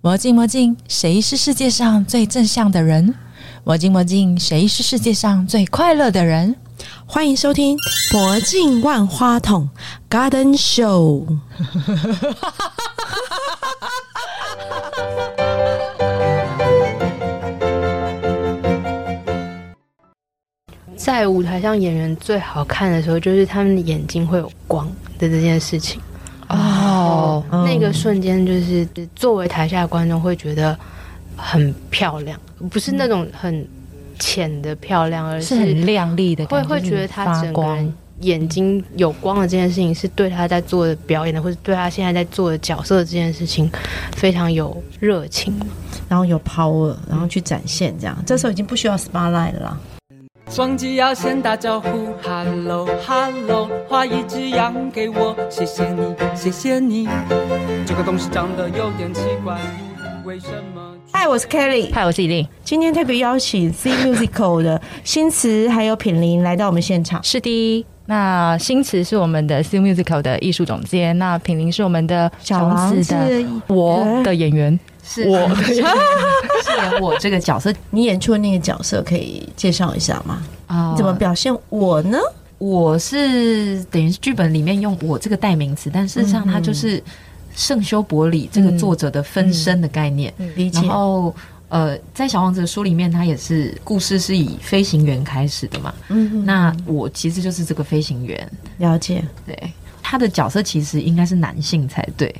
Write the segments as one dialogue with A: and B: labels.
A: 魔镜魔镜，谁是世界上最正向的人？魔镜魔镜，谁是世界上最快乐的人？
B: 欢迎收听《魔镜万花筒》Garden Show。
C: 在舞台上，演员最好看的时候，就是他们的眼睛会有光的这件事情。
A: 哦，
C: 那个瞬间，就是作为台下的观众会觉得很漂亮，不是那种很浅的漂亮，而
A: 是
C: 是
A: 很亮丽的
C: 会
A: 感觉，
C: 会觉
A: 就
C: 得
A: 是
C: 他
A: 发
C: 整个
A: 光
C: 人。眼睛有光的这件事情，是对他在做的表演的，或者对他现在在做的角色这件事情非常有热情。
B: 然后有 power，然后去展现这样。这时候已经不需要 spotlight 了啦。
D: 双击要先打招呼，Hello Hello，画一只羊给我，谢谢你，谢谢你。这个东西长得有点奇怪，为什么？
B: 嗨，我是 Kelly，
A: 嗨，我是依令，
B: 今天特别邀请 C Musical 的新词还有品林来到我们现场。
A: 是的。那新慈是我们的 C Musical 的艺术总监，那品玲是我们的
B: 小王
A: 子的
B: 子，
A: 我的演员，
C: 是
A: 我 的演员
E: 饰演我这个角色，
B: 你演出的那个角色可以介绍一下吗？
E: 啊
B: 你怎么表现我呢？
E: 我是等于是剧本里面用我这个代名词，但事实上它就是
B: 嗯
E: 圣修伯里这个作者的分身的概念。
B: 理解
E: 嗯
B: 嗯
E: 然。后呃，在《小王子》的书里面，它也是故事是以飞行员开始的嘛。
B: 嗯，
E: 那我其实就是这个飞行员，
B: 了解。
E: 对。他的角色其实应该是男性才 对，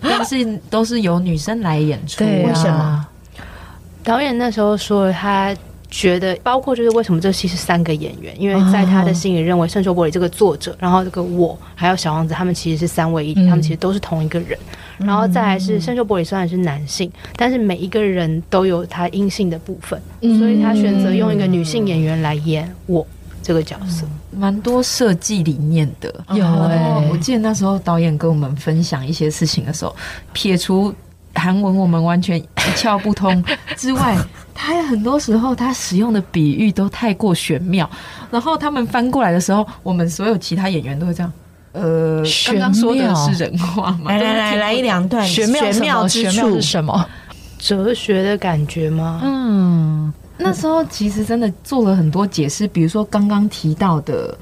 E: 但是都是由女生来演出。
A: 对啊
B: 为什么？
C: 导演那时候说，他觉得包括就是为什么这戏是三个演员，因为在他的心里认为圣修伯里这个作者，然后这个我还有小王子，他们其实是三位一体，
A: 嗯
C: 他们其实都是同一个人。然后再来是圣修伯里虽然是男性，但是每一个人都有他阴性的部分，所以他选择用一个女性演员来演我这个角色。
E: 蛮多设计理念的，
A: 有哎、
E: 然后我记得那时候导演跟我们分享一些事情的时候，撇除韩文我们完全一窍不通之外，他很多时候他使用的比喻都太过玄妙，然后他们翻过来的时候，我们所有其他演员都会这样。呃，
A: 玄妙
E: 刚刚说的是人话吗？
B: 来来来来一两段
A: 玄妙什么？
B: 之
A: 玄妙
B: 处
A: 是。什么？
C: 哲学的感觉吗？
E: 嗯，那时候其实真的做了很多解释，比如说刚刚提到的，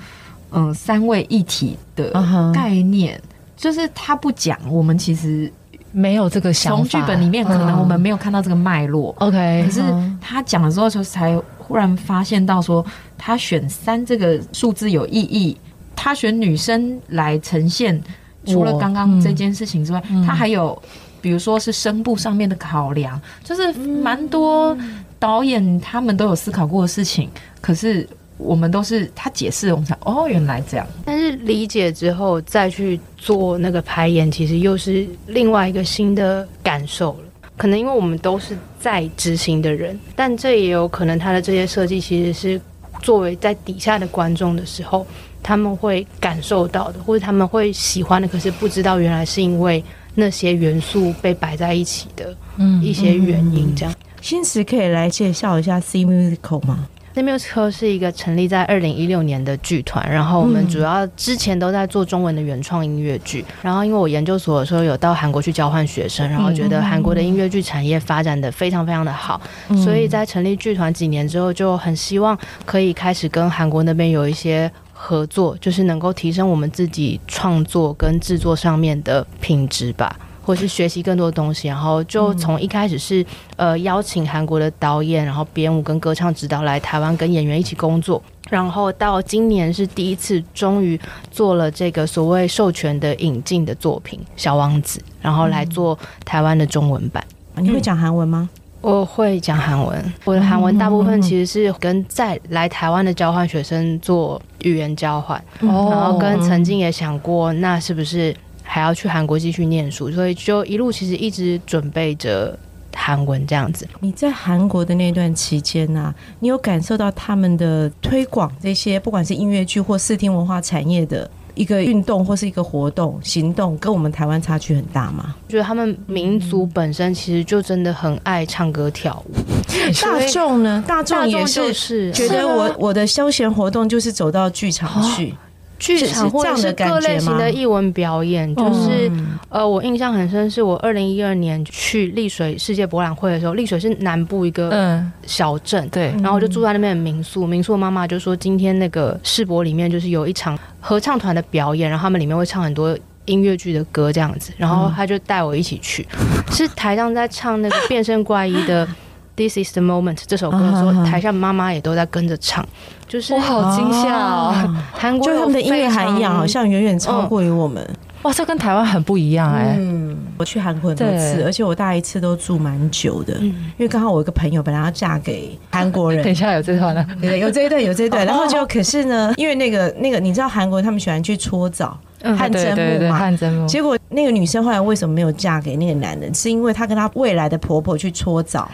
E: 嗯、三位一体的
B: 嗯哼
E: 概念就是他不讲，我们其实
A: 没有这个想法。
E: 从剧本里面可能我们没有看到这个脉络，
A: OK，
E: 可是他讲了之后，就才忽然发现到说，他选三这个数字有意义，他选女生来呈现，除了刚刚这件事情之外，嗯
A: 嗯
E: 他还有比如说是声部上面的考量，就是蛮多嗯导演他们都有思考过的事情，可是。我们都是他解释，我们才哦，原来这样。
C: 但是理解之后再去做那个排演，其实又是另外一个新的感受了。可能因为我们都是在执行的人，但这也有可能他的这些设计其实是作为在底下的观众的时候，他们会感受到的，或者他们会喜欢的，可是不知道原来是因为那些元素被摆在一起的一些原因。这样，
B: 新词可以来介绍一下 C Musical 吗？
C: 那 Musical 是一个成立在二零一六年的剧团，然后我们主要之前都在做中文的原创音乐剧。然后因为我研究所的时候有到韩国去交换学生，然后觉得韩国的音乐剧产业发展的非常非常的好，
B: 嗯
C: 所以在成立剧团几年之后，就很希望可以开始跟韩国那边有一些。合作就是能够提升我们自己创作跟制作上面的品质吧，或是学习更多东西。然后就从一开始是呃邀请韩国的导演，然后编舞跟歌唱指导来台湾跟演员一起工作。然后到今年是第一次，终于做了这个所谓授权的引进的作品《小王子》，然后来做台湾的中文版。
B: 嗯你会讲韩文吗？
C: 我会讲韩文，我的韩文大部
B: 嗯
C: 分其实是跟在来台湾的交换学生做语言交换，
B: 哦
C: 嗯然后跟曾经也想过，那是不是还要去韩国继续念书？所以就一路其实一直准备着韩文这样子。
B: 你在韩国的那段期间呐、你有感受到他们的推广这些，不管是音乐剧或视听文化产业的一个运动或是一个活动行动，跟我们台湾差距很大 吗？
C: 觉得他们民族本身其实就真的很爱唱歌跳
B: 嗯
C: 舞，所
B: 大
C: 以
B: 众呢？大众
C: 大
B: 也
C: 众就是是
B: 觉得我我的休闲活动就是走到剧场去，
C: 剧场或者是各类型的艺文表演，哦就是、
B: 嗯
C: 呃，我印象很深，是我二零一二年去丽水世界博览会的时候，丽水是南部一个
A: 嗯，
C: 小镇，
A: 对，
C: 然后我就住在那边的民
B: 嗯
C: 宿，民宿的妈妈就说，今天那个世博里面就是有一场合唱团的表演，然后他们里面会唱很多。音乐剧的歌这样子，然后他就带我一起 去，是台上在唱那个变身怪医的《This Is the Moment》这首歌的时候，
B: 啊哈哈
C: 台下妈妈也都在跟着唱，就是
A: 我好惊吓 哦！
C: 韩国
B: 就
C: 有
B: 他们的音乐涵养好
C: 非常
B: 像远远超过于我们。
A: 哇，这跟台湾很不一样哎，
B: 嗯，我去韩国很多次，
A: 对
B: 而且我大一次都住蛮久的，
C: 嗯
B: 因为刚好我有一个朋友本来要嫁给韩国 人
A: 等一，下有这段了，
B: 对对，有这一段，有这一
A: 哦
B: 段。然后就可是呢，因为那个那个，你知道韩国他们喜欢去搓澡、
C: 嗯
B: 汗
A: 对
B: 蒸
A: 对
B: 木
A: 对，
B: 嘛。
A: 汗蒸木，
B: 结果那个女生后来为什么没有嫁给那个男人？是因为她跟她未来的婆婆去搓澡。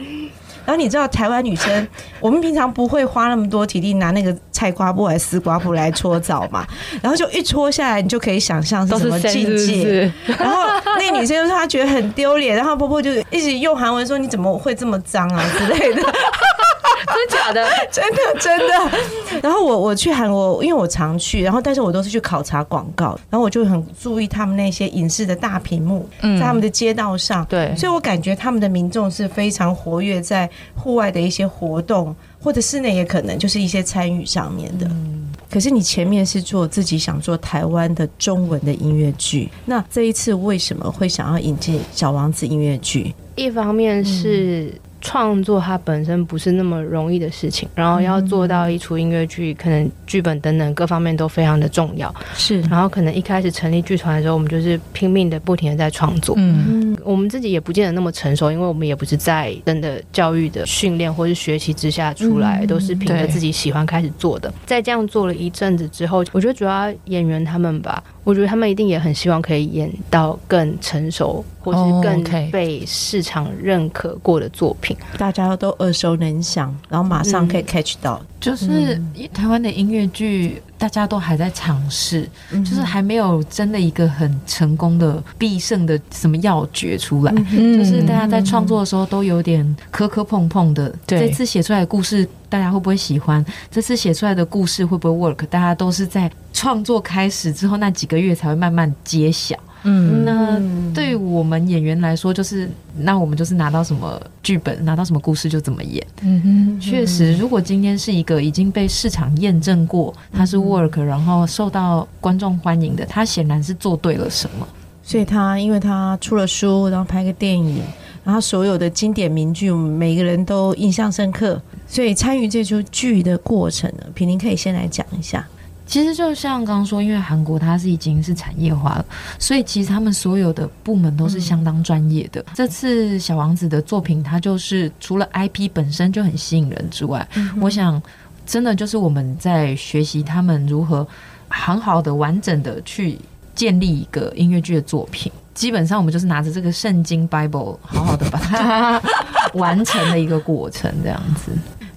B: 然后你知道台湾女生，我们平常不会花那么多体力拿那个菜瓜布还是丝瓜布来搓澡嘛，然后就一搓下来，你就可以想象是
A: 都
B: 什
A: 是
B: 么
A: 生
B: 境
A: 是不
B: 界。
A: 是？
B: 然后那女生就说她觉得很丢脸，然后婆婆就一直用韩文说你怎么会这么脏啊之类 的。
E: 真假的？
B: 真的真的。然后我我去韩国，因为我常去，然后但是我都是去考察广告，然后我就很注意他们那些影视的大屏幕，
A: 嗯
B: 在他们的街道上，
A: 对
B: 所以我感觉他们的民众是非常活跃在户外的一些活动，或者室内也可能就是一些参与上面的。
E: 嗯
B: 可是你前面是做自己想做台湾的中文的音乐剧，那这一次为什么会想要引进《小王子》音乐剧？
C: 一方面是创作它本身不是那么容易的事情，然后要做到一出音乐剧，可能剧本等等各方面都非常的重要。
B: 是
C: 然后可能一开始成立剧团的时候，我们就是拼命的不停的在创作。
A: 嗯，
C: 我们自己也不见得那么成熟，因为我们也不是在真的教育的训练或是学习之下出来，都是凭着
A: 对
C: 自己喜欢开始做
A: 嗯
C: 的。在这样做了一阵子之后，我觉得主要演员他们吧，我觉得他们一定也很希望可以演到更成熟或
A: 哦
C: 是更
A: OK
C: 被市场认可过的作品。
B: 大家都耳熟能详，然后马上
E: 嗯
B: 可以 catch 到，
E: 就是因为台湾的音乐剧，大家都还在尝试，
A: 嗯
E: 就是还没有真的一个很成功的必胜的什么要诀出
B: 嗯
E: 来。
A: 嗯
E: 就是大家在创作的时候都有点磕磕碰碰的。
A: 对
E: 这次写出来的故事，大家会不会喜欢？这次写出来的故事会不会 work？大家都是在创作开始之后那几个月才会慢慢揭晓。
A: 嗯，
E: 那对于我们演员来说，就是那我们就是拿到什么剧本，拿到什么故事就怎么演。
A: 嗯哼，
E: 确实，如果今天是一个已经被市场验证过它是 work，然后受到观众欢迎的，它显然是做对了什么。
B: 所以他因为他出了书，然后拍个电影，然后所有的经典名句，我们每个人都印象深刻。所以参与这出剧的过程呢，平宁可以先来讲一下。
E: 其实就像刚刚说，因为韩国它是已经是产业化了，所以其实他们所有的部门都是相当专业的。这次小王子的作品，它就是除了 IP 本身就很吸引人之外，我想真的就是我们在学习他们如何很好的、完整的去建立一个音乐剧的作品。基本上我们就是拿着这个圣经 Bible，好好的把它完成的一个过程，这样子。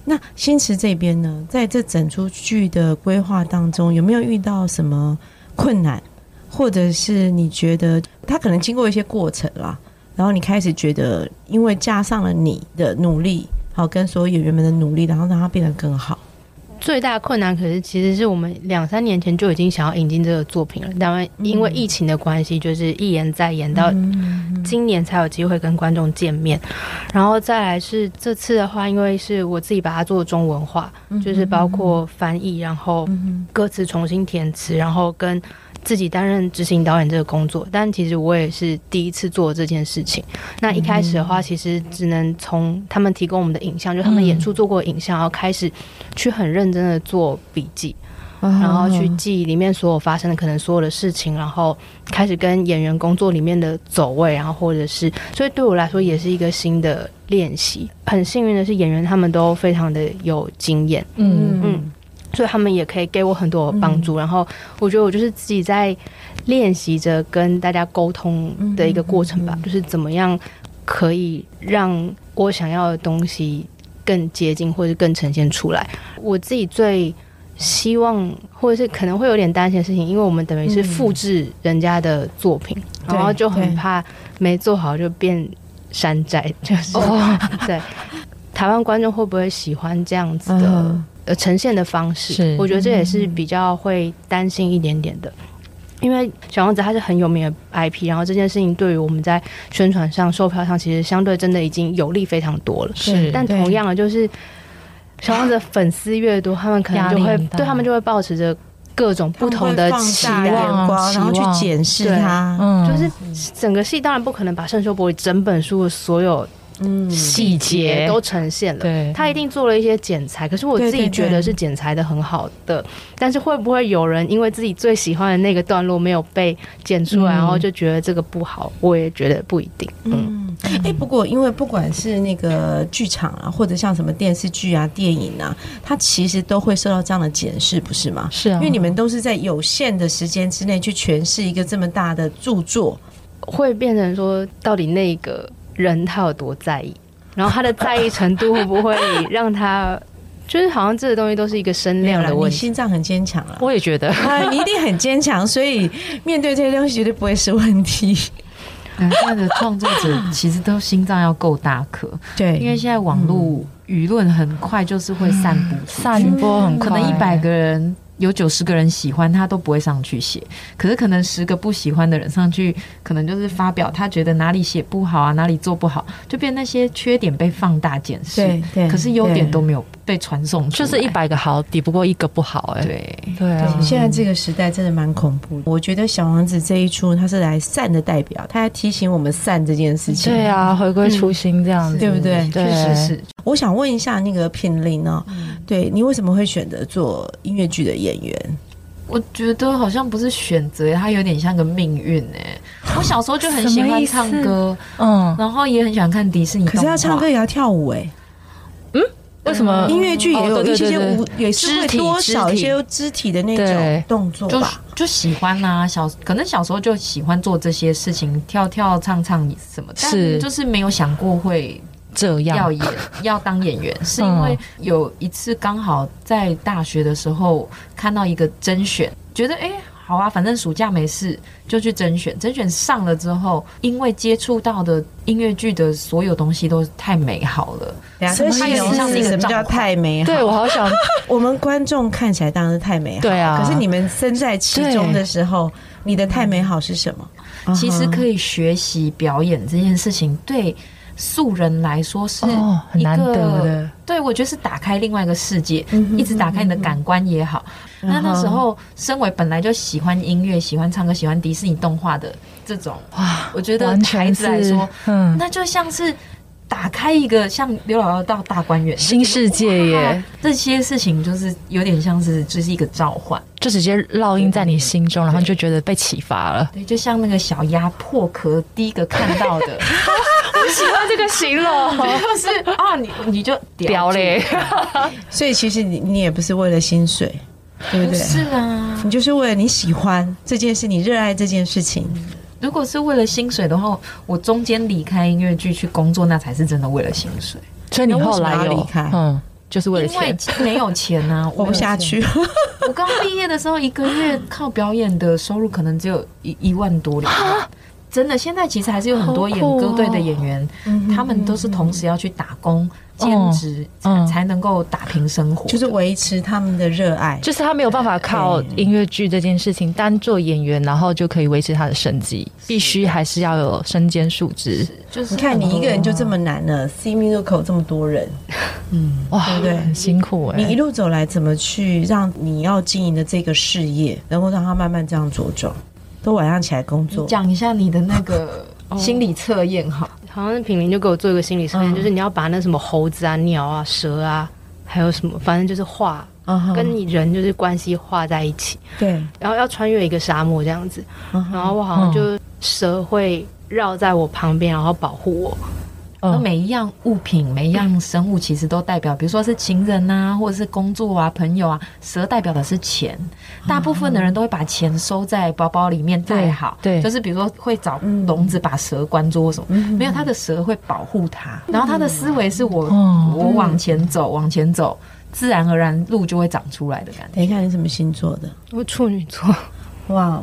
B: 那新池这边呢，在这整出剧的规划当中，有没有遇到什么困难，或者是你觉得他可能经过一些过程啦，然后你开始觉得，因为加上了你的努力，好跟所有演员们的努力，然后让它变得更好。
C: 最大的困难可是其实是我们两三年前就已经想要引进这个作品了，但因为疫情的关系，就是一延再延到今年才有机会跟观众见面。然后再来是这次的话，因为是我自己把它做中文化，就是包括翻译，然后歌词重新填词，然后跟。自己担任执行导演这个工作，但其实我也是第一次做这件事情。那一开始的话，其实只能从他们提供我们的影像，就他们演出做过的影像，然后开始去很认真的做笔记，然后去记里面所有发生的可能所有的事情，然后开始跟演员工作里面的走位，然后或者是，所以对我来说也是一个新的练习。很幸运的是，演员他们都非常的有经验，
A: 嗯，
C: 嗯，所以他们也可以给我很多的帮助。然后我觉得我就是自己在练习着跟大家沟通的一个过程吧，就是怎么样可以让我想要的东西更接近或者更呈现出来。我自己最希望或者是可能会有点担心的事情，因为我们等于是复制人家的作品，
B: 对
C: 然后就很
B: 对
A: 哦
C: 怕没做好就变山寨，就是、对。台湾观众会不会喜欢这样子的、
B: 嗯
C: 呃呈现的方式
A: 是？
C: 我觉得这也是比较会担心一点点的。因为小王子他是很有名的 IP，然后这件事情对于我们在宣传上、售票上，其实相对真的已经有利非常多了。
A: 是，
C: 但
B: 对
C: 同样的，就是小王子粉丝越多，他们可能就
A: 压
C: 会
A: 力很大
C: 对他们就会保持着各种不同的
B: 他们会
C: 期
B: 放大
C: 待
A: 期望
B: 眼光，然后
A: 期
B: 去
A: 望
B: 检视
C: 对
B: 它。
A: 嗯
C: 就是整个戏当然不可能把圣修伯里整本书的所有
B: 嗯，
A: 细
C: 节都呈现了。
A: 对，
C: 他一定做了一些剪裁，可是我
B: 对
C: 自己
B: 对
C: 觉
B: 对
C: 得是剪裁的很好的，但是会不会有人因为自己最喜欢的那个段落没有被剪出来，
A: 嗯
C: 然后就觉得这个不好？我也觉得不一定。嗯，
B: 嗯，哎、不过因为不管是那个剧场啊，或者像什么电视剧啊、电影啊，它其实都会受到这样的检视，不是吗？
A: 是啊，
B: 因为你们都是在有限的时间之内去诠释一个这么大的著作，
C: 会变成说，到底那个人他有多在意，然后他的在意程度会不会让他，就是好像这个东西都是一个声量
B: 没有啦
C: 的问
B: 你
C: 题。
B: 心脏很坚强了。
A: 我也觉得，
B: 啊，你一定很坚强，所以面对这些东西绝对不会是问题。
E: 嗯现在的创作者其实都心脏要够大颗，
B: 对
E: 因为现在网络舆论很快就是会散布出
A: 嗯
E: 去，
A: 散播
B: 嗯
A: 很
E: 嗯可
A: 快
E: 能
B: 欸
E: 一百个人有九十个人喜欢他都不会上去写，可是可能十个不喜欢的人上去，可能就是发表他觉得哪里写不好啊，哪里做不好，就变那些缺点被放大检视，
B: 对
E: 可是优点都没有被传送出
A: 就
E: 来，
A: 是一百个好抵不过一个不好，哎，
E: 对。
A: 对啊
B: 对，，现在这个时代真的蛮恐怖的。我觉得《小王子》这一出，他是来善的代表，他还提醒我们善这件事情。
A: 对啊，回归初心这样子，
B: 对不对
A: 对
E: 确实是，
B: 我想问一下那个品林呢、
A: 嗯
B: 对你为什么会选择做音乐剧的演员？
E: 我觉得好像不是选择，它有点像个命运哎、我小时候就很喜
A: 什么
E: 欢
A: 意思
E: 唱歌，
A: 嗯，
E: 然后也很喜欢看迪士尼动
B: 可
E: 画。
B: 是要唱歌也要跳舞哎、
A: 为什么
B: 音乐剧也有
A: 哦
B: 一
A: 对
B: 些
A: 对
B: 些
A: 对对
B: 舞，也是会
A: 肢体
B: 多少一
A: 肢体
B: 些肢体的那种
A: 对
B: 动作
E: 就
B: 吧。
E: 就喜欢啦、小可能小时候就喜欢做这些事情，跳跳唱唱什么，但
A: 是
E: 就是没有想过会
A: 这
E: 要
A: 样？
E: 演要当演员，是因为
A: 嗯
E: 有一次刚好在大学的时候看到一个甄选，觉得哎、诶好啊，反正暑假没事就去甄选。甄选上了之后，因为接触到的音乐剧的所有东西都太美好了，
B: 等下
A: 什么
B: 所以形容
E: 意思
B: 是什么叫太美好？
A: 对我好想，
B: 我们观众看起来当然是太美好，
A: 对啊
B: 可是你们身在其中的时候，你的太美好是什么？
A: 嗯
E: 其实可
B: 以，
E: 以学习表演这件事情对。素人来说是
A: 哦，很
E: 一
A: 难
E: 个
A: 得的，
E: 对，我觉得是打开另外一个世界，
A: 嗯
E: 一直打开你的感官也好。那
B: 嗯哼
E: 那时候，身为本来就喜欢音乐、喜欢唱歌、喜欢迪士尼动画的这种，
A: 哇，
E: 我觉得
A: 完
E: 孩
A: 全
E: 子来
A: 是
E: 说，，
A: 嗯，
E: 那就像是打开一个像刘姥姥到大观园
A: 新世界耶，！
E: 这些事情就是有点像是就是一个召唤，
A: 就直接烙印在你心中，然后你就觉得被启发 了。
E: 对，就像那个小鸭破壳第一个看到 的，
A: 喜欢这个形容，
E: 就是啊，你你就
A: 屌嘞，
B: 所以其实你你也不是为了薪水，对不
E: 不
B: 对？
E: 是啊，
B: 你就是为了你喜欢这件事，你热爱这件事情，
E: 如果是为了薪水的话，我中间离开音乐剧去工作，那才是真的为了薪水，
A: 所以你
B: 那为
A: 后
B: 什么
A: 来
B: 要
A: 有
B: 离开
A: 嗯，就是为了
E: 因为
A: 钱，
E: 没有钱 啊，
B: 活不下
E: 我没有
B: 去。
E: 钱。我刚毕业的时候，一个月靠表演的收入可能只有一一万多两万。真的，现在其实还是有很多演歌队的演员，他们都是同时要去打工、兼职，才
A: 嗯
E: 才能够打拼生 活。
B: 就是维持他们的热爱。
A: 就是他没有办法靠音乐剧这件事情单做演员，然后就可以维持他的生计，必须还是要有身兼数职。
E: 就是
B: 你看，你一个人就这么难了，C Miracle 这么多人，
A: 哇，
B: 对不对
A: 很辛苦哎、
B: 你一路走来，怎么去让你要经营的这个事业，能够让它慢慢这样茁壮？都晚上起来工
E: 你
B: 作，
E: 讲一下你的那个心理测验哈，
C: 好像品林就给我做一个心理测验，
B: 嗯
C: 就是你要把那什么猴子啊、鸟啊、蛇啊，还有什么，反正就是画
B: 嗯哼
C: 跟你人就是关系画在一起，
B: 对，
C: 然后要穿越一个沙漠这样子，
B: 嗯
C: 然后我好像就蛇会绕在我旁边，然后保护我。
E: 那
A: 嗯
E: 每一样物品、每一样生物其实都代表，比如说是情人啊，或者是工作啊、朋友啊。蛇代表的是钱，大部分的人都会把钱收在包包里面带好，
A: 啊对对嗯
E: 就是比如说会找笼子把蛇关住或什么。没有，他的蛇会保护他，然后他的思维是我、
A: 嗯
E: 我往前走，往前走，自然而然路就会长出来的感觉。
B: 等一下，你什么星座的？
C: 我处女座，
B: 哇哦，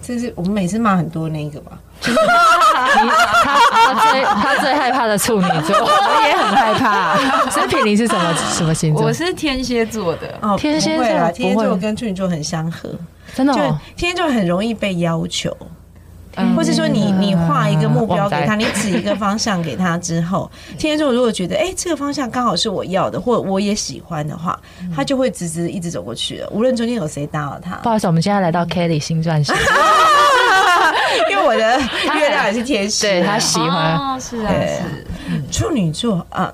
B: 这是我们每次骂很多那个吧？
A: 他他最他最最害怕的处女座，我也很害 怕。所以品林是什么什么星座
E: 我？是天蝎座的，
B: 哦
A: 天蝎
B: 不会啦
A: 座
B: 天蝎
A: 不
B: 座
A: 会
B: 跟处女座很相合，
A: 真的、
B: 就
A: 哦，
B: 天蝎座很容易被要求，
E: 嗯
B: 或是说你你画一个目标给他，
A: 旺
B: 你指一个方向给他之后，天蝎座如果觉得哎、诶这个方向刚好是我要的，或我也喜欢的话，他就会直直一直走过去了，无论中间有谁打扰他
A: 不。好意思，我们现在来到 Kelly 星钻 石，
B: 因为我的月亮也是天蝎，
A: 对他喜欢。
E: 哦，是啊，
B: 对
E: 是。
B: 处女座啊，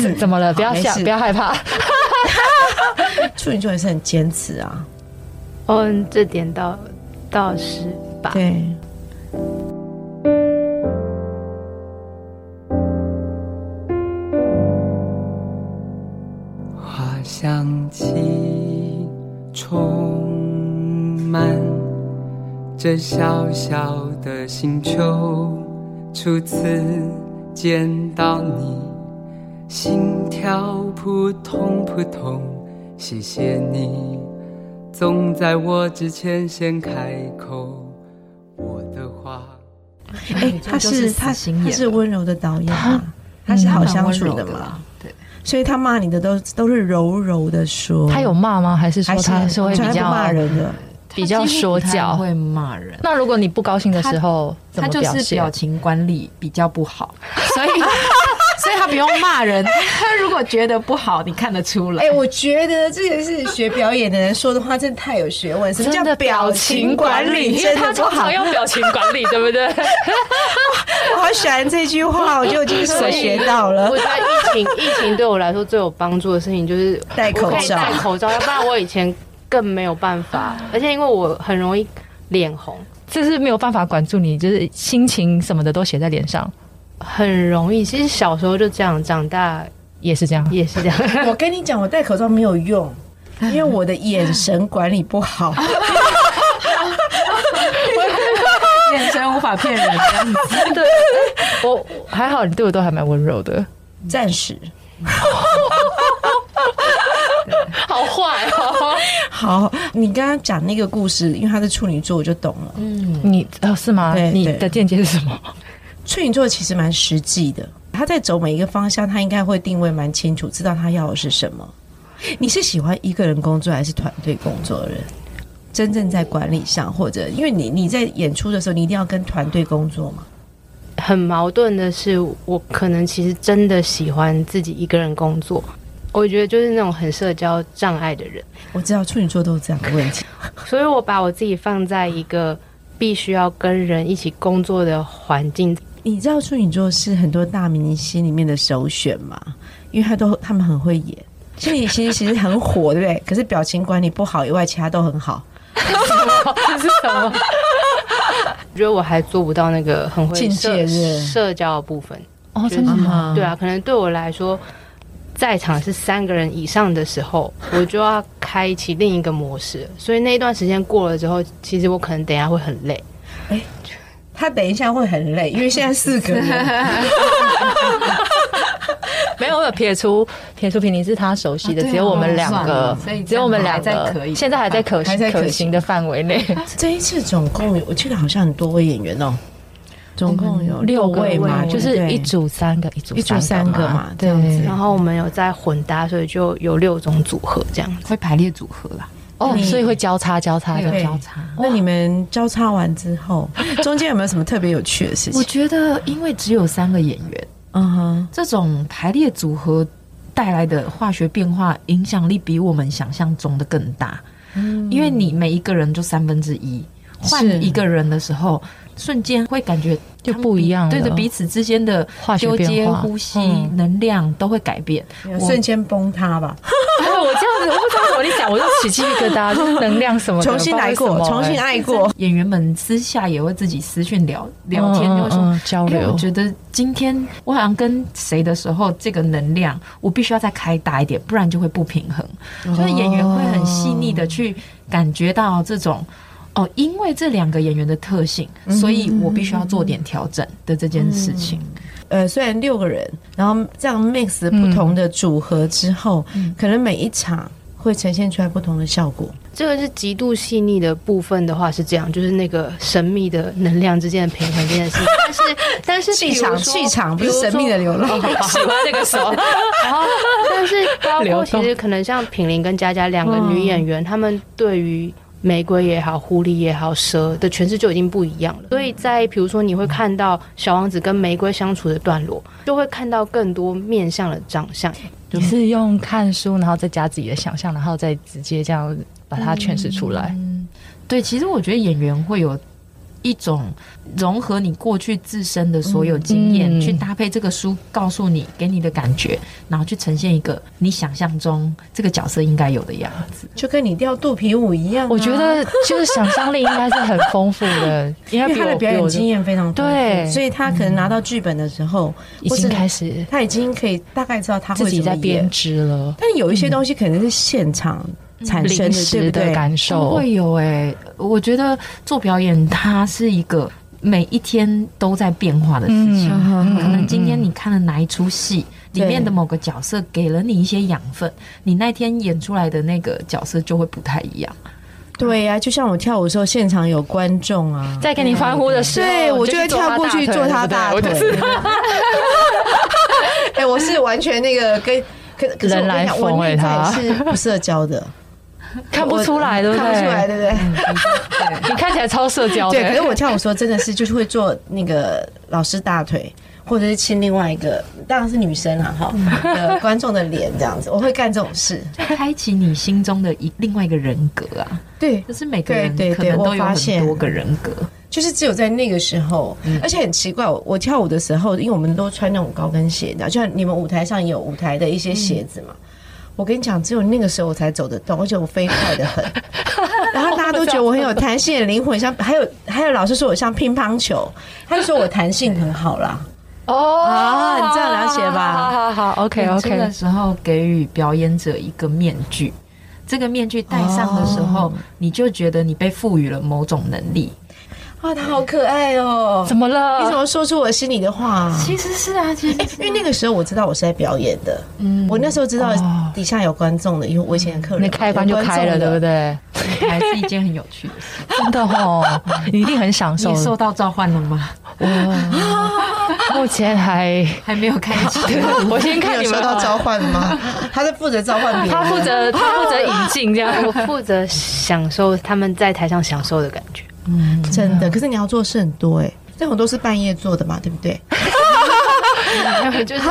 A: 怎怎么了？不要
B: 嗯没
A: 笑，
B: 事嗯
A: 不要害怕。
B: 处女座也是很坚持啊，
C: 嗯，这点倒倒 是吧。
B: 对。
D: 花香气充满这小小的星球，初次见到你，心跳扑通扑通。谢谢你，总在我之前先开口，我的话。
B: 哎、
E: 女座
B: 他
E: 就是
B: 是他
E: 死心眼
B: 他是温柔的导演啊，他是好相处的嘛，？
E: 对，
B: 所以他骂你的都都是柔柔的说，
A: 他有骂吗？还是说
B: 还是
A: 他是会
B: 从
A: 比
B: 来不
A: 较
B: 骂人的，
A: 比较说教
E: 他几乎不太会骂人。
A: 那如果你不高兴的时候，怎
E: 他
A: 么
E: 就是
A: 现？
E: 表情管理比较不好， 所以所以他不用骂人。他如果觉得不好，你看得出来。
B: 哎、我觉得这个是学表演的人说的话，真的太有学问。什么
A: 真
B: 叫
A: 的
B: 表
A: 表
B: 情
A: 情
B: 管
A: 管
B: 理？
A: 理，因为
B: 真的
A: 他
B: 不
A: 常
B: 好
A: 常，用表情管 理，对不对？
B: 我好喜欢这句话，我觉得我今天所学到了
C: 我。觉得疫情疫情对我来说最有帮助的事情就是
B: 戴口罩
C: 我可以戴口罩，要不然我以前更没有办法，而且因为我很容易脸红，
A: 这是没有办法管住你，就是心情什么的都写在脸上，
C: 很容易。其实小时候就这样，长大
A: 也是这样。
C: 也是这样。
B: 我跟你讲，我戴口罩没有用，因为我的眼神管理不好。
E: 眼神无法骗人，这样子
A: 对，我还好，你对我都还蛮温柔的，
B: 暂时
A: 好坏哦。
B: 好，你刚刚讲那个故事，因为他是处女座，我就懂了。
A: 你哦是吗？
B: 对
A: 你
B: 对
A: 的见解是什么？
B: 处女座其实蛮实际的，他在走每一个方向，他应该会定位蛮清楚，知道他要的是什么。你是喜欢一个人工作还是团队工作的人？真正在管理上，或者因为你你在演出的时候，你一定要跟团队工作嘛？
C: 很矛盾的是，我可能其实真的喜欢自己一个人工作。我觉得就是那种很社交障碍的人，
B: 我知道处女座都有这样的问题，
C: 所以我把我自己放在一个必须要跟人一起工作的环境。
B: 你知道处女座是很多大明星里面的首选嘛？因为他都他们很会演，所以其实其实很火，对不对？可是表情管理不好以外，其他都很好。
A: 这是什么？
C: 我觉得我还做不到那个很会
B: 境界
C: 社
B: 是
C: 社交的部分。
A: 哦，真的吗？
B: 嗯
C: 对啊，可能对我来说，在场是三个人以上的时候，我就要开启另一个模式。所以那一段时间过了之后，其实我可能等一下会很累。
B: 他等一下会很累，因为现在四个人。
A: 没有，没有撇除撇除平林是他熟悉的，
E: 啊对啊
A: 只有我们两个
E: 算了所以这，样
A: 只有我们两
E: 还在可
A: 个，
E: 以
A: 现在还在可
B: 还在可行
A: 可行的范围内。
B: 这一次总共有，我记得好像很多位演员哦，总共有
A: 六个
B: 位嘛，
A: 就
B: 对
A: 是
B: 不对
A: 一组三个，一组
B: 一组三个嘛这
A: 对
B: 样子
C: 然后我们有在混搭，所以就有六种组合这样。
E: 会排列组合啦，
A: 哦，
B: 你
A: 所以会交叉交叉
E: 还有
A: 的。
E: 交叉。
B: 那你们交叉完之后，中间有没有什么特别有趣的事
E: 我
B: 情？
E: 觉得，因为只有三个演员，
B: 嗯哼，
E: 这种排列组合带来的化学变化影响力比我们想象中的更大。因为你每一个人就三分之一，换
B: 是
E: 一个人的时候，瞬间会感觉
A: 就
E: 他们
A: 不一
E: 彼
A: 样
E: 对的，
A: 了
E: 彼此之间的
A: 化学
E: 纠
A: 变
E: 结、
A: 化
E: 呼吸、
A: 嗯
E: 能量都会改变。
B: 有瞬间崩塌吧，
A: 哎，我这样子，我不知道怎么你讲，我就起鸡皮疙瘩， 就是能量什么的，
B: 重新来
A: 不知，道为
B: 过
A: 什么哎
B: 重新爱过。
E: 演员们私下也会自己私讯聊聊天，
A: 嗯
E: 就会说。
A: 嗯嗯交
B: 哎
E: 因为我
A: 流。
E: 觉得今天我好像跟谁的时候，这个能量我必须要再开大一点，不然就会不平衡。
A: 哦
E: 就是演员会很细腻的去感觉到这种。哦，因为这两个演员的特性，
A: 嗯
E: 所以我必须要做点调整的这件事情。
B: 呃，虽然
A: 嗯
B: 六个人，然后这样 mix 不同的组合之后，可能每一场。会呈现出来不同的效果。
C: 这个是极度细腻的部分的话是这样，就是那个神秘的能量之间的平衡这件事情。但是但是
B: 气场，
C: 比如说
B: 气场不是神秘的流
C: 比如
B: 浪。
C: 说
A: 喜欢这个 手，
C: 然后，但是包
A: 流
C: 括
A: 动
C: 其实可能像品玲跟佳佳两个女演员，她们对于玫瑰也好、狐狸也好、蛇的诠释就已经不一样了。所以在比如说你会看到小王子跟玫瑰相处的段落，就会看到更多面向的长相。
A: 你是用看书，然后再加自己的想象，然后再直接这样把它诠释出来。
E: 嗯，对，其实我觉得演员会有一种融合你过去自身的所有经
A: 嗯
E: 验，去搭配这个书告诉你给你的感觉，然后去呈现一个你想象中这个角色应该有的样子。
B: 就跟你跳肚皮舞一样啊、
A: 我觉得就是想象力应该是很丰富 的，应该
B: 因为
A: 比
B: 他
A: 我
B: 的表
A: 比
B: 演
A: 我
B: 经验非常丰富
A: 对
B: 所以他可能拿到剧本的时候，
A: 已
B: 或是
A: 经开始
B: 他已经可以大概知道他会
A: 自己
B: 怎么
A: 在
B: 演
A: 编。嗯织了，
B: 但有一些东西可能是现场产生
A: 临
B: 的，对
A: 时
B: 不对？
A: 嗯
B: 哦
A: 感
E: 都
A: 受。
E: 会有哎、我觉得做表演它是一个每一天都在变化的事情。
A: 嗯
E: 可能今天你看了哪一出戏，里
B: 对
E: 面的某个角色给了你一些养分，你那天演出来的那个角色就会不太一样。
B: 对啊呀、就像我跳舞的时候，现场有观众啊，
A: 在跟你欢呼的时候，
B: 对我
A: 你
B: 就会
A: 去
B: 跳过去做他大
A: 对不对
B: 腿
A: 我就是。
B: 哎、我是完全那个跟。可可是
A: 人
B: 我跟
A: 来
B: 你讲，我
A: 疯欸
B: 内在
A: 他
B: 是不社交的，
A: 看不出来，对嗯不
B: 看不出来，
A: 对？
B: 对不 对？
A: 你看起来超社交的。
B: 对，可是我跳舞说真的是就是会做那个老师大腿，或者是亲另外一个，当然是女生啦哈，
A: 嗯
B: 呃，观众的脸这样子，我会干这种事。
E: 就开启你心中的一另外一个人格啊，
B: 对，
E: 就是每个人
B: 对对
E: 可
B: 对
E: 能都
B: 我
E: 有
B: 发
E: 很
B: 现
E: 多个人格，
B: 就是只有在那个时候，
E: 嗯
B: 而且很奇怪，我我跳舞的时候，因为我们都穿那种高跟鞋，你知道，就像你们舞台上也有舞台的一些鞋子嘛。
E: 嗯
B: 我跟你讲，只有那个时候我才走得动，而且我飞快的 很。然后大家都觉得我很有弹性的灵魂，像还有还有老师说我像乒乓球，他就说我弹性很好 啦。
A: 哦
B: 啊你这样了解吧
A: 好好好好，OK
E: 演出
A: OK
E: 的。时候给予表演者一个面具，这个面具戴上的时候，你就觉得你被赋予了某种能力。
B: 啊，他好可爱 哦、
A: 怎么
B: 你怎
A: 了？
B: 么说出我心里的话、哎
E: 其实是啊，其实是
B: 因为那个时候我知道我是在表演的，
E: 嗯
B: 我那时候知道
A: 哦
B: 底下有观众的，因为我以前的客人
A: 你开关就开了，对不
B: 对？
A: 对？
E: 还是一件很有趣的 事。
A: 真的哦，你一定很享受
E: 你。受到召唤了吗？
A: 目前还，
E: 还没有开 启。
A: 我先
B: 你
A: 看
B: 有
A: 你
B: 收
A: 们
B: 到召唤 吗？他在负责召唤别人，
A: 他负 责他负责引进这样。
C: 我负责享受他们在台上享受的感觉。
B: 真的。可是你要做事很多哎、但我都是半夜做的嘛，对不对？
C: 就是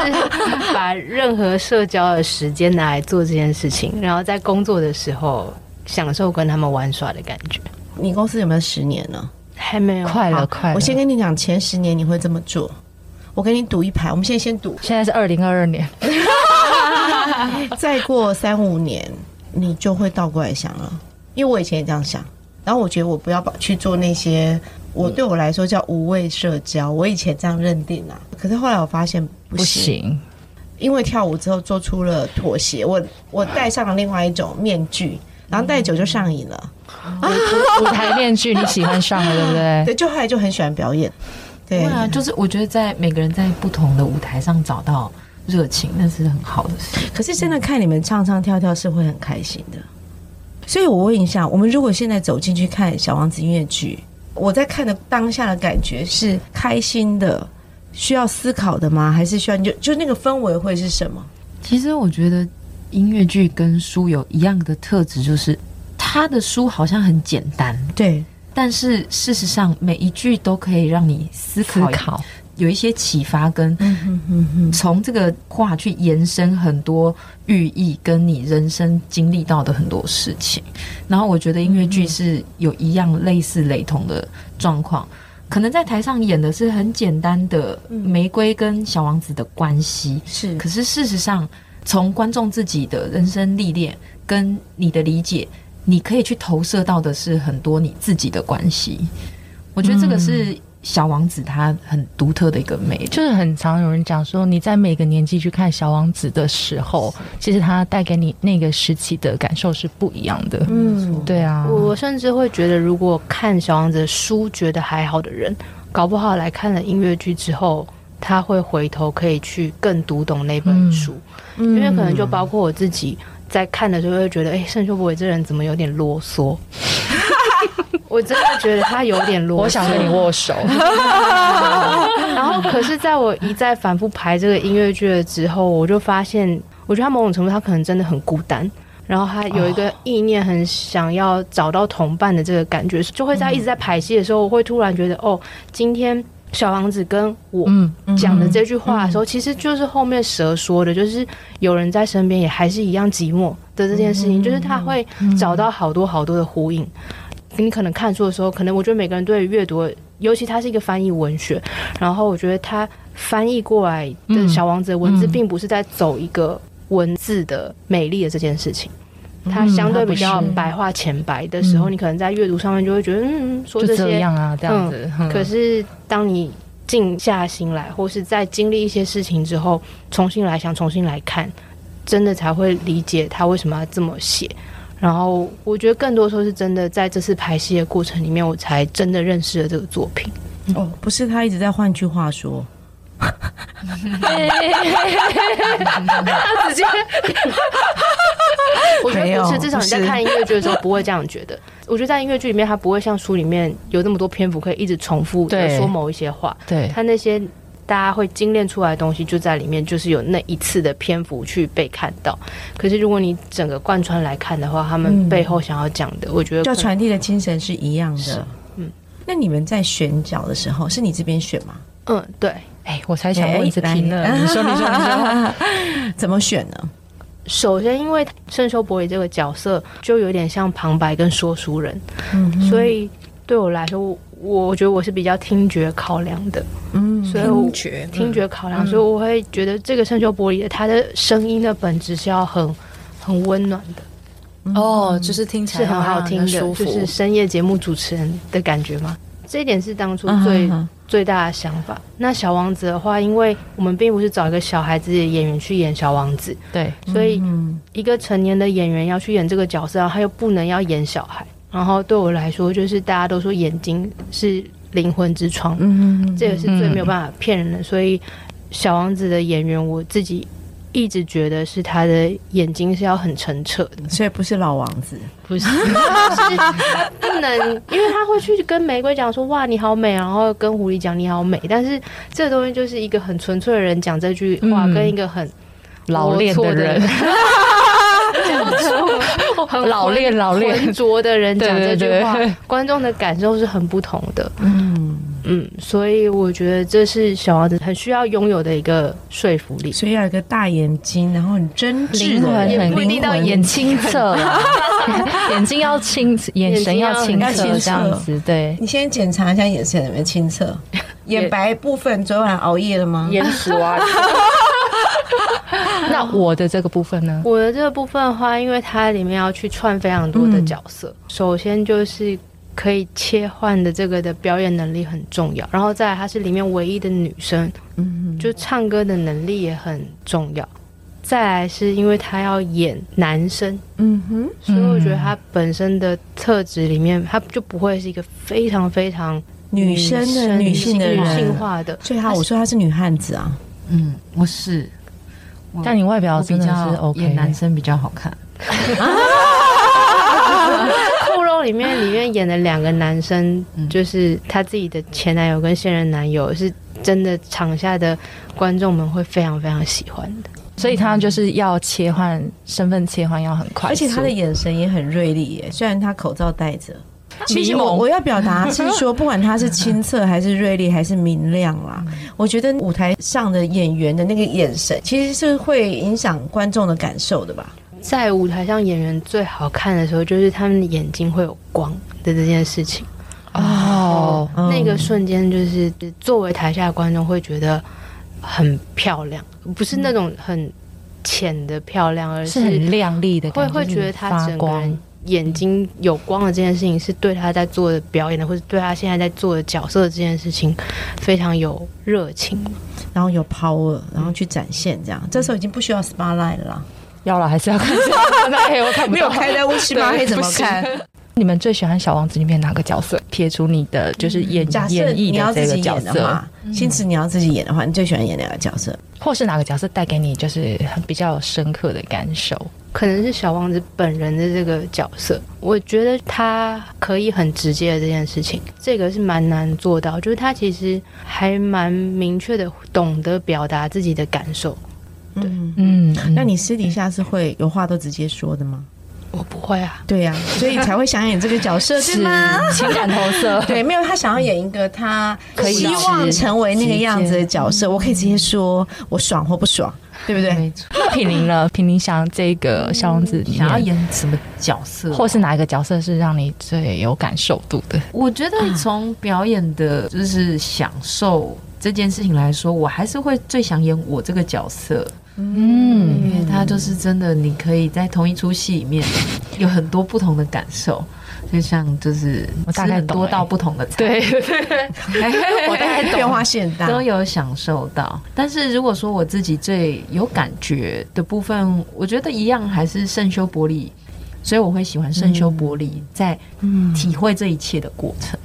C: 把任何社交的时间拿来做这件事情，然后在工作的时候享受跟他们玩耍的感觉。
B: 你公司有没有十年呢？
C: 还没有，
A: 快了，
B: 好
A: 快了！
B: 我先跟你讲，前十年你会这么做。我跟你赌一排，我们现在先赌，
A: 现在是二零二二年，
B: 再过三五年，你就会倒过来想了。因为我以前也这样想，然后我觉得我不要把去做那些我对我来说叫无谓社交，我以前这样认定啊。可是后来我发现不
A: 不
B: 行，
A: 行，
B: 因为跳舞之后做出了妥协，我我戴上了另外一种面具，然后戴久就上瘾了，
A: 舞台面具你喜欢上了，对不对？
B: 对，就后来就很喜欢表演，对
E: 对。啊，就是我觉得在每个人在不同的舞台上找到热情，那是很好的事。
B: 可是真的看你们唱唱跳跳是会很开心的。所以我问一下，我们如果现在走进去看《小王子》音乐剧，我在看的当下的感觉是开心的，需要思考的吗？还是需要就就那个氛围会是什么？
E: 其实我觉得音乐剧跟书有一样的特质，就是它的书好像很简单，
B: 对，
E: 但是事实上每一句都可以让你思
A: 思
E: 考，
A: 考，
E: 有一些启发，跟
B: 嗯哼哼哼，
E: 从这个话去延伸很多寓意，跟你人生经历到的很多事情。然后我觉得音乐剧是有一样类似雷同的状况。可能在台上演的是很简单的
A: 嗯
E: 玫瑰跟小王子的关系，
B: 是
E: 可是事实上，从观众自己的人生历练跟你的理解，你可以去投射到的是很多你自己的关系。我觉得这个是小王子他很独特的一个魅力。
A: 就是很常有人讲说，你在每个年纪去看《小王子》的时候，其实它带给你那个时期的感受是不一样的。
B: 嗯，
A: 对啊，
C: 我甚至会觉得，如果看小王子的书觉得还好的人，搞不好来看了音乐剧之后。他会回头可以去更读懂那本书，因为可能就包括我自己在看的时候会觉得，哎、盛秀博伟这人怎么有点啰嗦？我真的觉得他有点啰嗦。
A: 我想跟你握手，
C: 然后，可是在我一再反复排这个音乐剧了之后，我就发现，我觉得他某种程度他可能真的很孤单，然后他有一个意念，很想要找到同伴的这个感觉，就会在一直在排戏的时候，我会突然觉得，哦，今天。小王子跟我
A: 嗯，
C: 讲的这句话的时候，其实就是后面蛇说的，就是有人在身边也还是一样寂寞的这件事情，就是他会
A: 嗯
C: 找到好多好多的呼应。你可能看书的时候，可能我觉得每个人对于阅读，尤其它是一个翻译文学，然后我觉得它翻译过来的《小王子》的文字，
A: 嗯嗯
C: 并不是在走一个文字的美丽的这件事情。
A: 嗯
C: 它相对比较白话浅白的时候，你可能在阅读上面就会觉得，嗯，说
A: 就
C: 这
A: 这
C: 些
A: 样啊，这样子。嗯
C: 可是当你静下心来，或是在经历一些事情之后，重新来想、重新来看，真的才会理解他为什么要这么写。然后我觉得更多时候是真的，在这次排戏的过程里面，我才真的认识了这个作品。
B: 哦，不是，他一直在换句话说，
C: 他直接， 我觉
B: 没
C: 得
B: 有
C: 不是，至少你在
B: 不是
C: 看音乐剧的时候不会这样觉得。我觉得在音乐剧里面，它不会像书里面有那么多篇幅可以一直重复的
A: 对
C: 说某一些话。
A: 对，
C: 他那些大家会精炼出来的东西，就在里面，就是有那一次的篇幅去被看到。可是如果你整个贯穿来看的话，他们背后想要讲的，我觉得
B: 就
C: 可能
B: 传递的精神是一样的。
C: 嗯
B: 嗯，那你们在选角的时候，是你这边选吗？
C: 嗯，对，
A: 哎，我才想问这
B: 哎
A: 题呢。
B: 来
A: 你说， 你说，你说，
B: 怎么选呢？
C: 首先因为圣修伯里这个角色就有点像旁白跟说书人，
B: 嗯
C: 所以对我来说，我我觉得我是比较听觉考量的，
B: 嗯，
C: 所以我
F: 觉
C: 听觉考量，所以我会觉得这个圣修伯里的他的声音的本质是要很很温暖的。
F: 哦，就是听起
C: 是
F: 来
C: 很好听的，
F: 让人舒服，
C: 就是深夜节目主持人的感觉吗？嗯这一点是当初最、最大的想法。那小王子的话，因为我们并不是找一个小孩子的演员去演小王子，
A: 对，
C: 所以
B: 嗯
C: 一个成年的演员要去演这个角色，然后他又不能要演小孩。然后对我来说，就是大家都说眼睛是灵魂之窗，
B: 嗯
C: 这也是最没有办法骗人的。所以小王子的演员，我自己一直觉得是他的眼睛是要很澄澈的。
B: 所以不是老王子，
C: 不是，他不能，因为他会去跟玫瑰讲说哇你好美，啊然后跟狐狸讲你好美，但是这东西就是一个很纯粹的人讲这句话，
A: 嗯
C: 跟一个很
A: 老练的人，
C: 龌龊的人
A: 老练老练
C: 浑浊的人讲这句话
A: 对对对，
C: 观众的感受是很不同的。
B: 嗯，
C: 嗯，所以我觉得这是小王子很需要拥有的一个说服 力。
B: 所以要有一个大眼睛，然后很真挚
A: 灵
B: 的
A: 魂
B: 人
A: 很
C: 不一定到
A: 眼清澈啦，眼睛要清，眼神要清
B: 眼睛
A: 澈，
B: 要很
A: 这样子对。
B: 你先检查一下眼神有没有清澈，眼白部分昨晚熬夜了吗？
F: 眼屎
A: 啊
F: 哇，
A: 那我的这个部分呢？
C: 我的这个部分的话，因为它里面要去串非常多的
B: 嗯
C: 角色，首先就是可以切换的这个的表演能力很重要，然后再来她是里面唯一的女生，
B: 嗯，
C: 就唱歌的能力也很重要。再来是因为她要演男生，
B: 嗯哼，
C: 所以我觉得她本身的特质里面，她就不会是一个非常非常
B: 女生的女性的
C: 女性
B: 人，
C: 化的。
B: 所以他我说他是女汉子啊，
E: 嗯，我是，我
A: 但你外表
E: 我
A: 哦真
E: 比
A: 的是
E: 较
A: OK，
E: 演男生比较好看，
C: 《酷肉》里面里面演的两个男生，
A: 嗯
C: 就是他自己的前男友跟现任男友，是真的场下的观众们会非常非常喜欢的。
A: 所以他就是要切换身份，切换要很快速，
B: 而且他的眼神也很锐利耶，虽然他口罩戴着。其实
A: 迷
B: 我
A: 蒙
B: 我要表达是 说，不管他是清澈还是锐利还是明亮啦，
A: 嗯
B: 我觉得舞台上的演员的那个眼神，其实是会影响观众的感受的吧。
C: 在舞台上，演员最好看的时候，就是他们的眼睛会有光的这件事情。
A: 哦，
B: 嗯
C: 那个瞬间，就是作为台下的观众会觉得很漂亮，不是那种很浅的漂亮，而
A: 是
C: 是
A: 很亮丽的
C: 会
A: 感觉，
C: 会
A: 就是
C: 觉得他
A: 发
C: 整个人
A: 光，
C: 眼睛有光的这件事情，是对他在做的表演的，或者对他现在在做的角色的这件事情非常有热情。
B: 然后有 power，然后去展现这样，这时候已经不需要 spotlight 了啦。
A: 要了还是要看， 哎看到黑我看不
B: 没有
A: 到。
B: 开在乌漆嘛黑怎么看？
A: 你们最喜欢《小王子》里面哪个角色？撇除你的就是演
B: 嗯假设
A: 演绎
B: 你要
A: 这
B: 自
A: 个
B: 己
A: 角
B: 演的
A: 色，嗯
B: 话，星驰你要自己演的话，你最喜欢演哪个角色？
A: 或是哪个角色带给你就是很比较深刻的感受？
C: 可能是小王子本人的这个角色，我觉得他可以很直接的这件事情，这个是蛮难做到。就是他其实还蛮明确的，懂得表达自己的感受。
B: 嗯，
A: 嗯，
B: 那你私底下是会有话都直接说的吗？
C: 我不会啊，
B: 对呀、所以才会想演这个角色，对
A: 是
B: 吗？，
A: 情感投射
B: 对，没有，他想要演一个他
A: 可以
B: 希望成为那个样子的角色，我可以直接说我爽或不爽，对不对？
E: 没错，
A: 那 品玲呢？品玲想这个小王子里面
E: 想要，演什么角色，
A: 或是哪一个角色是让你最有感受度的？
E: 我觉得从表演的就是享受这件事情来说，我还是会最想演我这个角色，
A: 嗯，
E: 因为它就是真的，你可以在同一出戏里面有很多不同的感受。就像就是
A: 我
E: 吃
A: 大概
E: 很
A: 懂
E: 多
A: 欸
E: 道不同的菜，
A: 对，
E: 我大概
B: 变化线大，
E: 哎都有享受到。但是如果说我自己最有感觉的部分，我觉得一样还是圣修伯里，所以我会喜欢圣修伯里，在体会这一切的过程。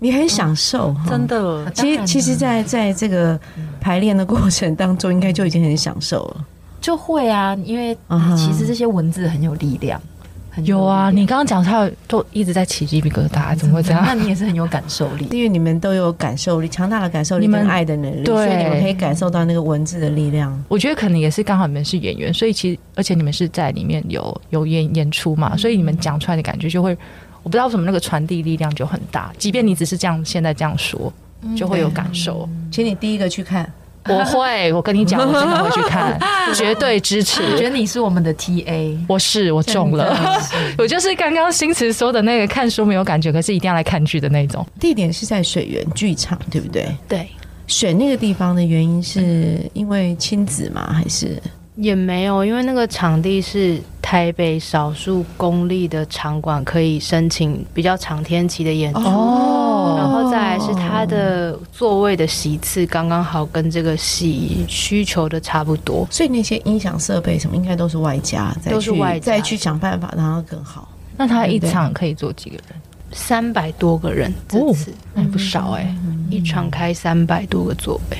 B: 你很享受，哈
F: 真。的，
E: 当
B: 其
E: 然
B: 实，
E: 了
B: 其实在，在这个排练的过程当中，应该就已经很享受了。
E: 就会啊，因为
B: 嗯哼
E: 其实这些文字很有力量，很
A: 有啊，
E: 力
A: 你刚刚讲他有都一直在起鸡皮疙瘩，怎么会这
E: 量
A: 样？
E: 那你也是很有感受力。
B: 因为你们都有感受力，强大的感受力
A: 你们
B: 跟爱的能力，
A: 对
B: 所以你们可以感受到那个文字的力量。
A: 我觉得可能也是刚好你们是演员，所以其实而且你们是在里面有有演演出嘛，所以你们讲出来的感觉就会，我不知道为什么那个传递力量就很大，即便你只是这样现在这样说，就会有感受。
B: 请你第一个去看，
A: 我会，我跟你讲，我真的会去看， 绝对支
E: 我觉
A: 持。
E: 得你是我们的 T A，
A: 我是我中了，我就是刚刚新词说的那个看书没有感觉，可是一定要来看剧的那种。
B: 地点是在水源剧场，对不对？
C: 对，
B: 选那个地方的原因是因为亲子吗？还是
C: 也没有，因为那个场地是台北少数公立的场馆可以申请比较长天期的演出。然
A: 哦，
C: 后再来是它的座位的席次刚刚好跟这个戏需求的差不多，
B: 所以那些音响设备什么应该都是外加，再去
C: 都是外加
B: 再去想办法让它更好。
A: 那他一场可以坐几个人？
C: 三百多个人这
A: 哦
C: 次、
A: 那也不少哎、
C: 一场开三百多个座位，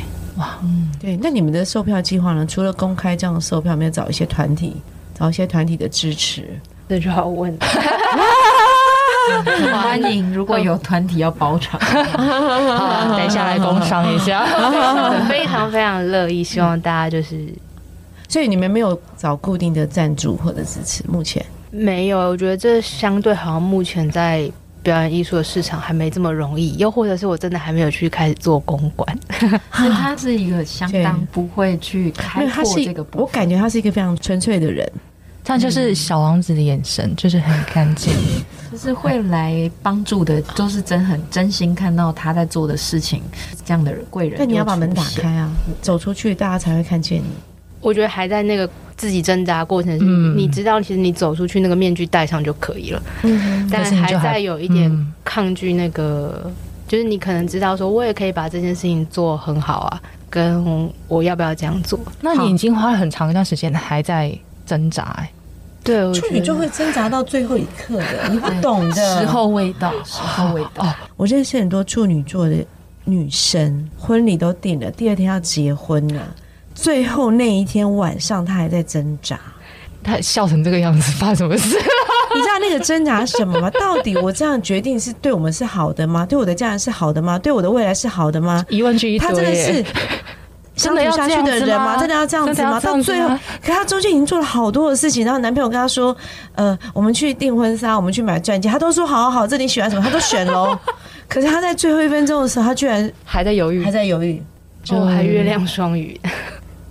B: 对，那你们的售票计划呢？除了公开这样的售票，有没有找一些团体，找一些团体的支持？
C: 这就好 问。
B: 啊
E: 欢 迎如果有团体要包场，
A: 好啊，等一下来工商一 下。
C: 非常非常乐意，希望大家就是
B: 所以你们没有找固定的赞助或者支持，目前。
C: 没有，我觉得这相对好像目前在。表演艺术的市场还没这么容易，又或者是我真的还没有去开始做公关，
E: 所以他是一个相当不会去
B: 没
E: 开
B: 有，他
E: 拓
B: 是
E: 这个部
B: 我
E: 分。
B: 感觉他是一个非常纯粹的人，
A: 他
C: 嗯
A: 就是小王子的眼神，就是很干净。
E: 就是会来帮助的，都是真很真心看到他在做的事情，这样的贵人。
B: 但你要把门打开，啊，走出去，大家才会看见你。
C: 我觉得还在那个自己挣扎过程中，
A: 嗯
C: 你知道，其实你走出去那个面具戴上就可以了。
B: 嗯，
C: 但
A: 可是你
C: 还
A: 就还
C: 在有一点
A: 嗯
C: 抗拒那个，就是你可能知道说，我也可以把这件事情做很好啊，跟我要不要这样做？
A: 那你已经花了很长一段时间还在挣扎、欸，
C: 对，我
B: 处
C: 觉
B: 女
C: 得
B: 就会挣扎到最后一刻的，你不懂的。哦
E: 时，候未到，时候未到。
B: 我认识很多处女座的女生，婚礼都定了，第二天要结婚了，最后那一天晚上她还在挣扎。
A: 他笑成这个样子，发生什么事？
B: 你知道那个挣扎是什么吗？到底我这样决定是对我们是好的吗？对我的家人是好的吗？对我的未来是好的吗？
A: 疑问 句一堆、
B: 他真的是
A: 欸。
B: 相处下去的人吗？
A: 真
B: 真的
A: 的
B: 要
A: 要
B: 这
A: 这样
B: 样子
A: 子
B: 吗？
A: 吗
B: 到最后，可他中间已经做了好多的事情，然后男朋友跟他说：“呃，我们去订婚纱，我们去买钻戒。”他都说：“好好好，这你喜欢什么？”他都选 喽。可是他在最后一分钟的时候，他居然
A: 还在犹豫
B: 还，在犹豫。
C: 哦，还月亮双鱼，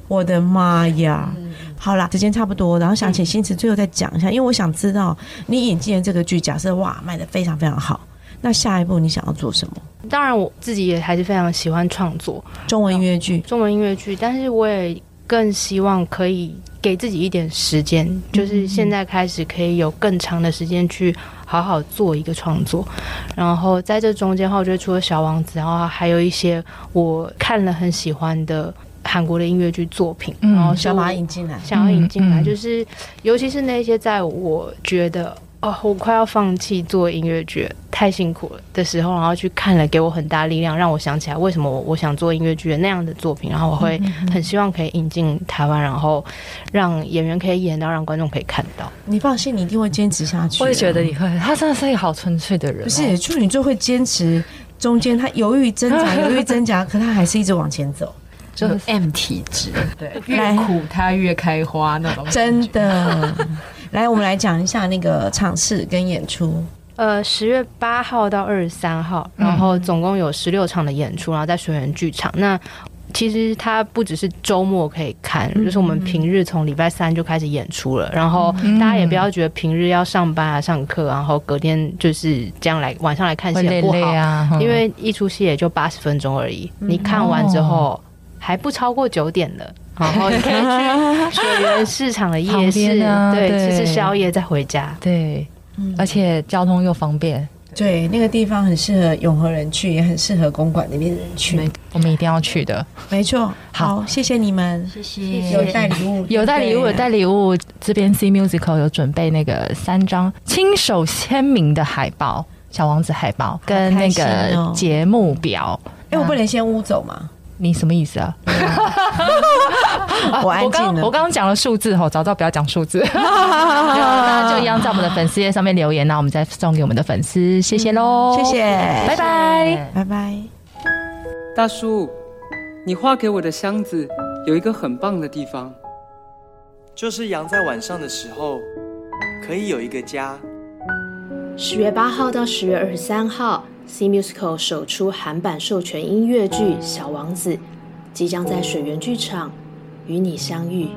B: 我的妈呀！好啦，时间差不多，然后想请新慈最后再讲一下，因为我想知道你引进的这个剧，假设哇卖的非常非常好，那下一步你想要做什么？
C: 当然我自己也还是非常喜欢创作
B: 中文音乐剧，
C: 中文音乐剧，但是我也更希望可以给自己一点时间，就是现在开始可以有更长的时间去好好做一个创作。然后在这中间的话，我觉得除了《小王子》，然后还有一些我看了很喜欢的韩国的音乐剧作品，
A: 嗯
C: 然后
B: 想
C: 小
B: 把它
C: 马
B: 引进来。
C: 想要引进来，
A: 嗯嗯
C: 就是尤其是那些在我觉得哦，我快要放弃做音乐剧了，太辛苦了的时候，然后去看了，给我很大力量，让我想起来为什么我我想做音乐剧的那样的作品，然后我会很希望可以引进台湾，然后让演员可以演到，让观众可以看到。
B: 你放心，你一定会坚持下去、啊。
A: 我也觉得你会，他真的是一个好纯粹的人、哦。
B: 不是处女座会坚持，中间他犹豫挣 扎，犹豫挣扎，可他还是一直往前走。
E: 就是
B: 哦
E: M 体质，对，越苦它越开花那
A: 哎
E: 种。
B: 真 的，来，我们来讲一下那个场次跟演出。
C: 呃，十月八号到二十三号，然
A: 嗯
C: 后总共有十六场的演出，然后在水源剧场。那其实它不只是周末可以看，就是我们平日从礼拜三就开始演出了。然后
A: 嗯
C: 大家也不要觉得平日要上班啊、上课，然后隔天就是这样来晚上来看戏也不好，
A: 啊嗯
C: 因为一出戏也就八十分钟而已。你看完
A: 哦
C: 之后。还不超过九点了，然后你可以去水源市 场的夜市，
A: 啊
C: 对，
A: 对
C: 吃吃宵夜再回家。
A: 对，
B: 嗯
A: 而且交通又方便，
B: 对，那个地方很适合永和人去，也很适合公馆那边的人去。没
A: 我们一定要去的。
B: 错，好，谢谢你们，
E: 谢谢，
B: 有带礼物，
A: 有带礼物，有带礼物。这边 C Musical 有准备那个三张亲手签名的海报，《小王子》海报跟那
B: 开心
A: 个
B: 哦
A: 节目表。
B: 哎，我不能先污走吗？
A: 你什么意思啊？
B: 我安
A: 我
B: 静
A: 刚
B: 了
A: 啊我刚刚讲了数字吼，早知道不要讲数 字，对大家就一样在我们的粉丝页上面留言，那我们再送给我们的粉丝，谢谢喽，
B: 嗯谢，谢，
A: 哦拜拜。
B: 拜拜。
D: 大叔，你画给我的箱子有一个很棒的地方，
G: 就是羊在晚上的时候可以有一个家。
H: 十月八号到十月二十三号，C Musical 首出韩版授权音乐剧《小王子》，即将在水源剧场与你相遇。